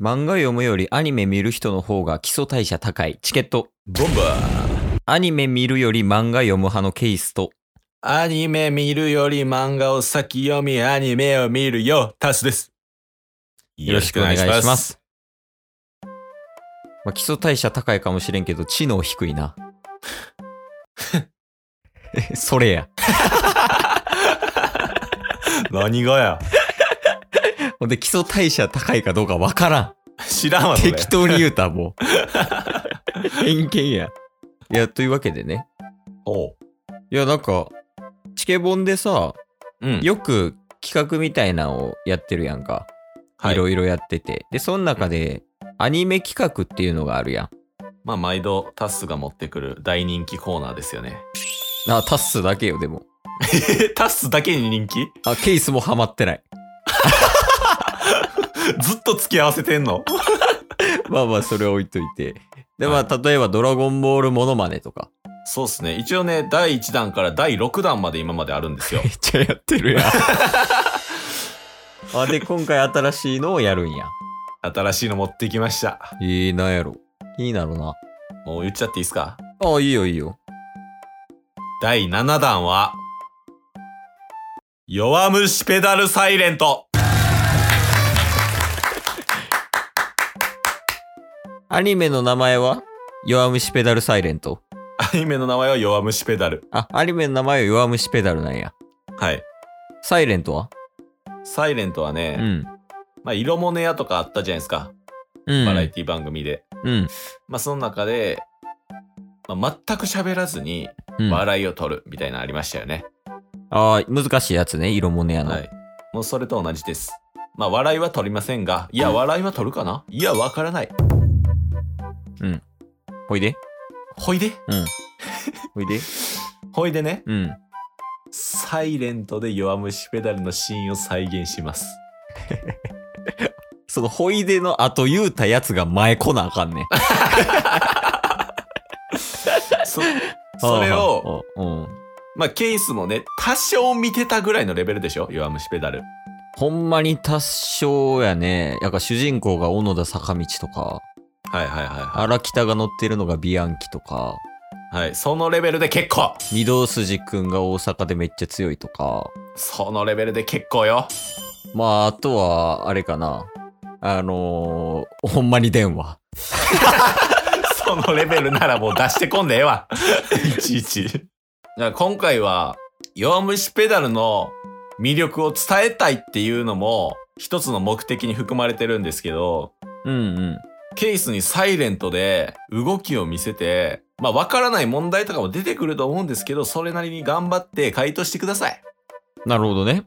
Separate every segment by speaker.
Speaker 1: 漫画読むよりアニメ見る人の方が基礎代謝高い。チケット。
Speaker 2: ボンバー
Speaker 1: アニメ見るより漫画読む派のケースと。
Speaker 2: アニメ見るより漫画を先読み、アニメを見るよ、タスです。
Speaker 1: よろしくお願いします。ま。あ、基礎代謝高いかもしれんけど、知能低いな。 それや。
Speaker 2: 何がや
Speaker 1: ほんで、基礎代謝高いかどうかわから
Speaker 2: 知らんわ、
Speaker 1: ん。
Speaker 2: それ。
Speaker 1: 適当に言うた、もう。偏見や。いや、というわけでね。
Speaker 2: おう。
Speaker 1: いや、なんか、チケボンでさ、
Speaker 2: うん。
Speaker 1: よく企画みたいなのをやってるやんか。
Speaker 2: はい
Speaker 1: いろいろやってて。で、その中で、アニメ企画っていうのがあるやん。
Speaker 2: まあ、毎度タスが持ってくる大人気コーナーです よね。
Speaker 1: あ、タッスだけよ、でも。
Speaker 2: タスだけに人気
Speaker 1: あ、ケースもハマってない。
Speaker 2: ずっと付き合わせてんの
Speaker 1: まあまあ、それは置いといて。で、まあ、例えば、ドラゴンボールモノマネとか。
Speaker 2: そうっすね。一応ね、第1弾から第6弾まで今まであるんですよ
Speaker 1: め。っちゃやってるやん。あ、で、今回新しいのをやるんや。
Speaker 2: 新しいの持ってきました。
Speaker 1: いいなんやろ。いいなろな。
Speaker 2: もう言っちゃっていいですか
Speaker 1: あ、いいよ、いいよ。
Speaker 2: 第7弾は、弱虫ペダルサイレント。
Speaker 1: アニメの名前は弱虫ペダルサイレント。
Speaker 2: アニメの名前は弱虫ペダル。
Speaker 1: あ、アニメの名前は弱虫ペダルなんや。
Speaker 2: はい。
Speaker 1: サイレントは
Speaker 2: サイレントはね
Speaker 1: う、ん。
Speaker 2: まあ、色モネ屋とかあったじゃないですか。
Speaker 1: うん。
Speaker 2: バラエティ番組で。
Speaker 1: うん。
Speaker 2: まあ、その中で、まあ、全く喋らずに
Speaker 1: うん、あ
Speaker 2: 笑いを取るみたいなのありましたよね。
Speaker 1: あー、難しいやつね、色もねやの。
Speaker 2: はい。もうそれと同じです。まあ、笑いは取りませんが、いや、笑いは取るかないや、わからない。
Speaker 1: ほいで
Speaker 2: ほいで
Speaker 1: ほいで
Speaker 2: ほいでね、
Speaker 1: うん。
Speaker 2: サイレントで弱虫ペダルのシーンを再現します。
Speaker 1: その、ほいでの後言うたやつが前来なあかん ね。
Speaker 2: そそ
Speaker 1: あー。
Speaker 2: れを、
Speaker 1: はーはーうん。
Speaker 2: まあ、ケースもね、多少見てたぐらいのレベルでしょ弱虫ペダル。
Speaker 1: ほんまに多少やね。やっぱ主人公が小野田坂道とか、
Speaker 2: はいはいはいは
Speaker 1: 荒北が乗ってるのがビアンキとか、
Speaker 2: い。はい、そのレベルで結構
Speaker 1: 御堂筋くんが大阪でめっちゃ強いとか、
Speaker 2: そのレベルで結構よ。
Speaker 1: まあ、あとは、あれかな。あのー、ほんまに電話。
Speaker 2: そのレベルならもう出してこんでええわ。いちいち。だから今回は、弱虫ペダルの魅力を伝えたいっていうのも、一つの目的に含まれてるんですけど、
Speaker 1: うんうん。
Speaker 2: ケースにサイレントで動きを見せて、まあ、わからない問題とかも出てくると思うんですけど、それなりに頑張って回答してください。
Speaker 1: なるほどね。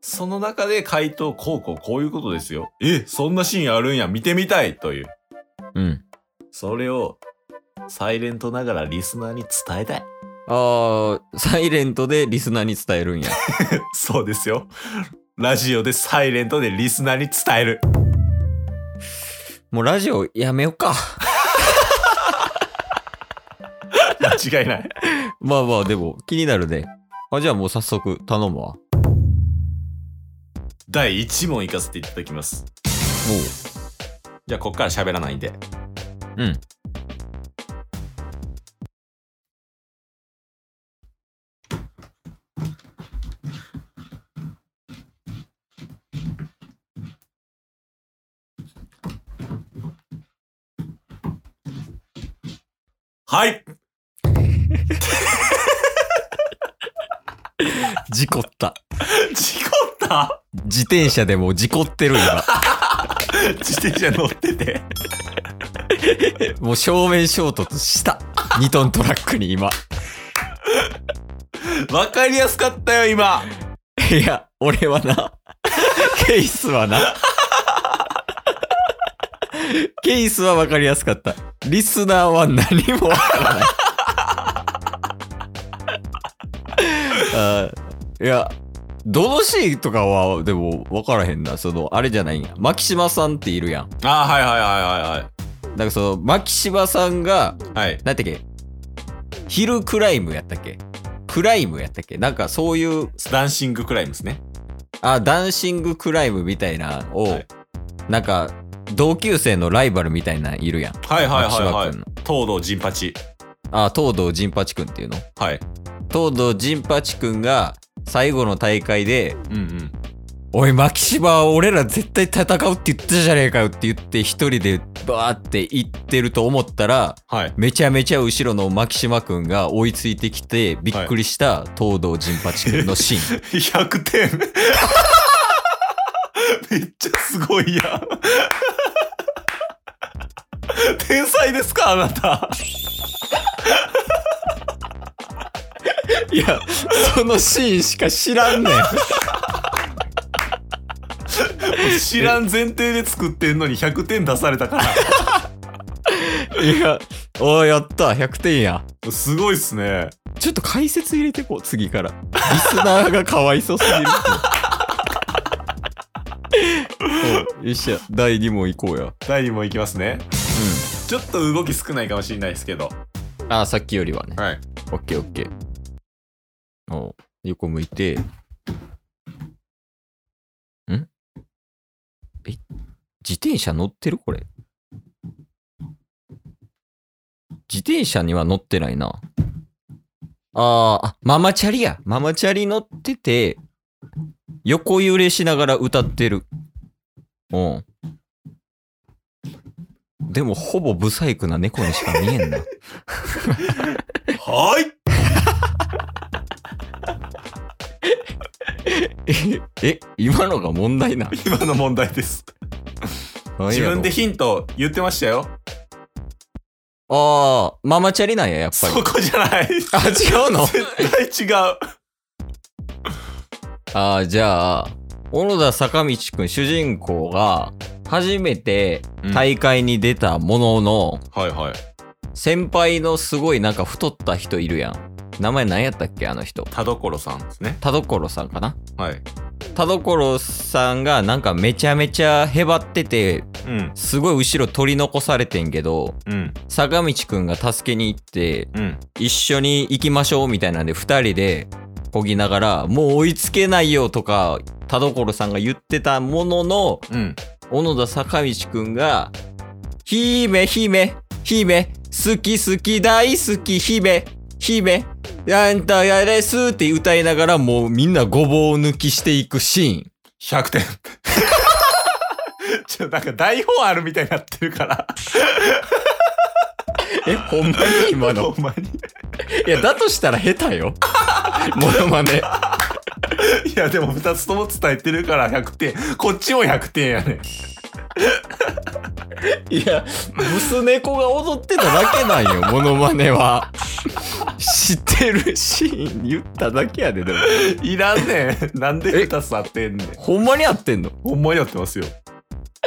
Speaker 2: その中で回答、こうこうこういうことですよ。え、そんなシーンあるんや、見てみたいという。
Speaker 1: うん。
Speaker 2: それを、サイレントながらリスナーに伝えたい。
Speaker 1: ああ、サイレントでリスナーに伝えるん や。
Speaker 2: そうですよ。ラジオでサイレントでリスナーに伝える。
Speaker 1: もうラジオやめようか。
Speaker 2: 間違いない。
Speaker 1: まあまあ、でも気になるね。あ、じゃあもう早速頼むわ。
Speaker 2: 第1問いかせていただきます。じゃあ、こっから喋らないんで。
Speaker 1: うん。
Speaker 2: はい
Speaker 1: 事故った。
Speaker 2: 事故った
Speaker 1: 自転車でもう事故ってる今。
Speaker 2: 自転車乗ってて。
Speaker 1: もう正面衝突した。2トントラックに今。
Speaker 2: わかりやすかったよ、今。
Speaker 1: いや、俺はな、ケースはな、ケースは分かりやすかった。リスナーは何も分からない。あーいや、どのシーンとかは、でも分からへんな。その、あれじゃないんや。牧島さんっているやん。
Speaker 2: あはいはいは
Speaker 1: なんかその、牧島さんが、
Speaker 2: いはいはい。はい。
Speaker 1: なんてっけ、ヒルクライムやったっけクライムやったっけなんかそういう
Speaker 2: ダンシングクライムですね。
Speaker 1: あ、ダンシングクライムみたいなのを、
Speaker 2: はい
Speaker 1: なんか、同級生のライバルみたいなんいるやん。
Speaker 2: はいはいはいはい
Speaker 1: 牧島君の
Speaker 2: 東堂陣八
Speaker 1: あ、東堂陣八くんっていうの
Speaker 2: はい
Speaker 1: 東堂陣八くんが最後の大会で、
Speaker 2: うんうん
Speaker 1: おい、牧島、俺ら絶対戦うって言ったじゃねえかよって言って、一人でバーって行ってると思ったら、
Speaker 2: はい
Speaker 1: めちゃめちゃ後ろの牧島くんが追いついてきて、びっくりした東堂陣八くんのシーン。
Speaker 2: 100点 めっちゃすごいやん天才ですかあなた
Speaker 1: いや、 そのシーンしか知らんねん。
Speaker 2: 知らん前提で作ってんのに100点出されたか
Speaker 1: いや、 おーやった、100点や。
Speaker 2: らすごいっすね
Speaker 1: ちょっと解説入れてこう、次から。リスナーがかわいそうすぎる。 おうよっしゃ、第2問いこうや。
Speaker 2: 第2問いきますねちょっと動き少ないかもしれないですけど
Speaker 1: うん。あー、さっきよりはね。
Speaker 2: はい
Speaker 1: オッケーオッケー。おう横向いて。んえ自転車乗ってるこれ。自転車には乗ってないな。あーあ、ママチャリや。ママチャリ乗ってて、横揺れしながら歌ってる。うん。でも、ほぼブサイクな猫にしか見えんな。
Speaker 2: はい
Speaker 1: え、え、今のが問題な。
Speaker 2: 今の問題です自分で。ヒント言ってましたよ
Speaker 1: ああ、ママチャリなんや、やっぱ
Speaker 2: そ
Speaker 1: り。
Speaker 2: こじゃない
Speaker 1: あ、違うの
Speaker 2: 絶対違う
Speaker 1: ああ、じゃあ、小野田坂道くん、主人公が、初めて大会に出たものの、
Speaker 2: はいはい
Speaker 1: 先輩のすごいなんか太った人いるやん。名前何やったっけ、あの人。
Speaker 2: 田所さんですね
Speaker 1: 田所さんかな
Speaker 2: はい
Speaker 1: 田所さんがなんかめちゃめちゃへばってて、
Speaker 2: うん
Speaker 1: すごい後ろ取り残されてんけど、
Speaker 2: うん
Speaker 1: 坂道くんが助けに行って、
Speaker 2: うん
Speaker 1: 一緒に行きましょうみたいなんで二人でこぎながらもう追いつけないよとか田所さんが言ってたものの
Speaker 2: うん
Speaker 1: 小野田坂道くんが「姫姫姫好き好き大好き姫姫あんたやれす」って歌いながらもうみんなごぼう抜きしていくシーン。
Speaker 2: 100点 ちょなんか台本あるみたいになってるから
Speaker 1: えほんまに今の
Speaker 2: ほんまに
Speaker 1: いやだとしたら下手 よ。モノマネ。
Speaker 2: いやでも2つとも伝えてるから100点こっちも100点やねん
Speaker 1: いや、ブス猫が踊ってただけなんよ、モノマネは。知ってるシーン言っただけやで、でも。
Speaker 2: いらんねんなんで2つ合ってんねん
Speaker 1: ほんまに合ってんの
Speaker 2: ほんまに合ってますよ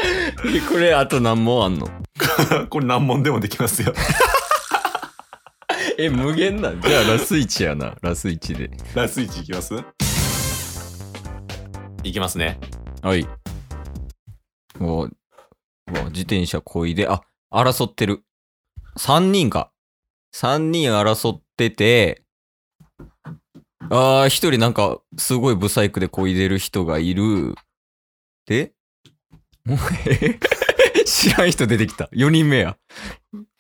Speaker 1: えこれ、あと何問あんの
Speaker 2: これ何問でもできますよ
Speaker 1: え、無限なんじゃあ、ラス1やな、ラス1で。
Speaker 2: ラスイチいきますいきますね。
Speaker 1: はい。お自転車こいで、あ、争ってる。3人か。3人争ってて、あー、1人なんか、すごいブサイクでこいでる人がいる。で、もうえ 知らん人出てきた。4人目や。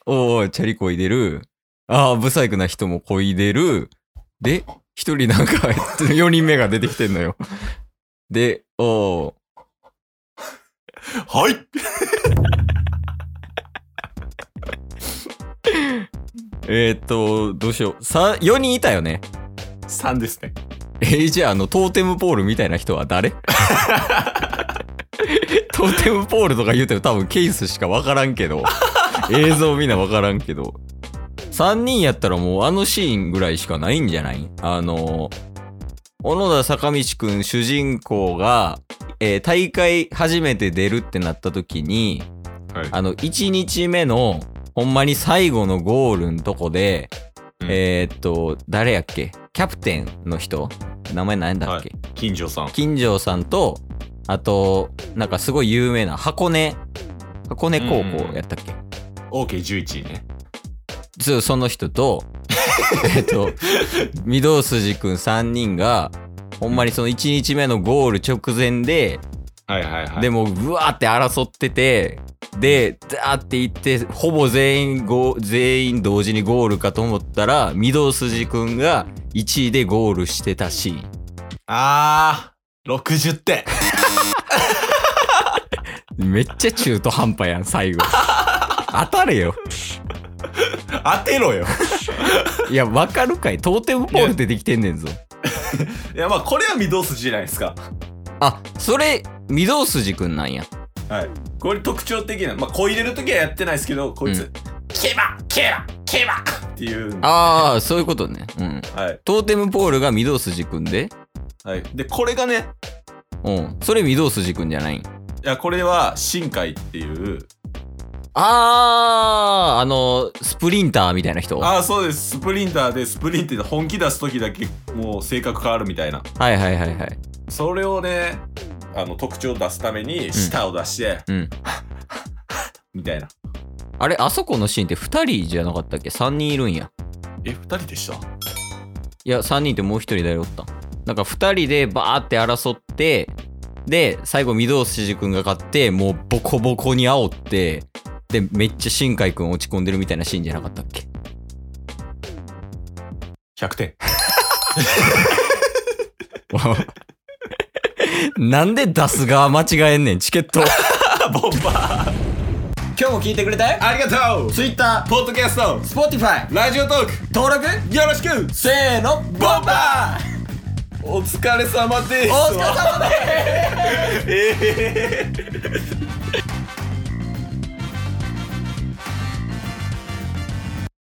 Speaker 1: おーおい、チャリこいでる。あー、ブサイクな人もこいでる。で、1人なんか、4人 目が出てきてんのよ。で、おー、
Speaker 2: はい
Speaker 1: えー、っと、どうしよう。さ、4人いたよね。
Speaker 2: !3 ですね。
Speaker 1: えーじゃあ、あの、トーテムポールみたいな人は誰トーテムポールとか言うても多分ケースしかわからんけ ど、映像みんなわからんけど、3人やったらもうあのシーンぐらいしかないんじゃないあの、小野田坂道くん主人公が、えー大会初めて出るってなった時に、
Speaker 2: はい
Speaker 1: あの、1日目の、ほんまに最後のゴールのとこで、
Speaker 2: うん
Speaker 1: えーっと、誰やっけキャプテンの人名前何だっけ、
Speaker 2: 金城さん。
Speaker 1: 金城さんと、あと、なんかすごい有名な箱根、箱根高校やったっけ、
Speaker 2: OK11 ね。
Speaker 1: そうその人と、 えっと、御堂筋くん3人が、ほんまにその1日目のゴール直前で、
Speaker 2: はいはいは
Speaker 1: でも、うわーって争ってて、で、ダーって行って、ほぼ全員ゴー、全員同時にゴールかと思ったら、御堂筋くんが1位でゴールしてたシーン。
Speaker 2: あー、60点。
Speaker 1: めっちゃ中途半端やん、最 後。当たれよ。
Speaker 2: 当てろよ。
Speaker 1: いや、わかるかい。トーテムポールでできてんねんぞ。
Speaker 2: いや、まあ、これは御堂筋じゃないですか。
Speaker 1: あ、それ、御堂筋くんなんや。
Speaker 2: はい。これ特徴的な、まあ、こう入れるときはやってないですけど、こいつ、
Speaker 1: う
Speaker 2: ケバケバケバっていう。
Speaker 1: ああ、そういうことね。うん。
Speaker 2: はい。
Speaker 1: トーテムポールが御堂筋くんで、
Speaker 2: はい。で、これがね、
Speaker 1: うん。それ御堂筋くんじゃないん
Speaker 2: いや、これは、深海っていう、
Speaker 1: ああ、あの、スプリンターみたいな人。は
Speaker 2: ああ、そうです。スプリンターで、スプリンって本気出すときだけ、もう性格変わるみたいな。
Speaker 1: いはいはいはい。
Speaker 2: それをね、あの、特徴を出すために、舌を出して、
Speaker 1: うん。
Speaker 2: みたいな。
Speaker 1: あれ、あそこのシーンって2人じゃなかったっけ ?3 人いるんや。
Speaker 2: え、二人でした
Speaker 1: いや、3人ってもう1人だよおったん。なんか2人でバーって争って、で、最後、御堂筋くんが勝って、もうボコボコに煽って、で、めっちゃ新海くん落ち込んでるみたいなシーンじゃなかったっけ
Speaker 2: ?100 点。
Speaker 1: なんで出す側間違えんねん、チケット。
Speaker 2: ボンバー
Speaker 3: 今日も聞いてくれて
Speaker 2: ありがとう
Speaker 3: Twitter、
Speaker 2: ポッドキャスト
Speaker 3: Spotify、
Speaker 2: ラジオトーク
Speaker 3: 登録
Speaker 2: よろしく
Speaker 3: せーの
Speaker 2: ボンバーお疲れ様です
Speaker 3: お疲れ様です
Speaker 2: ええ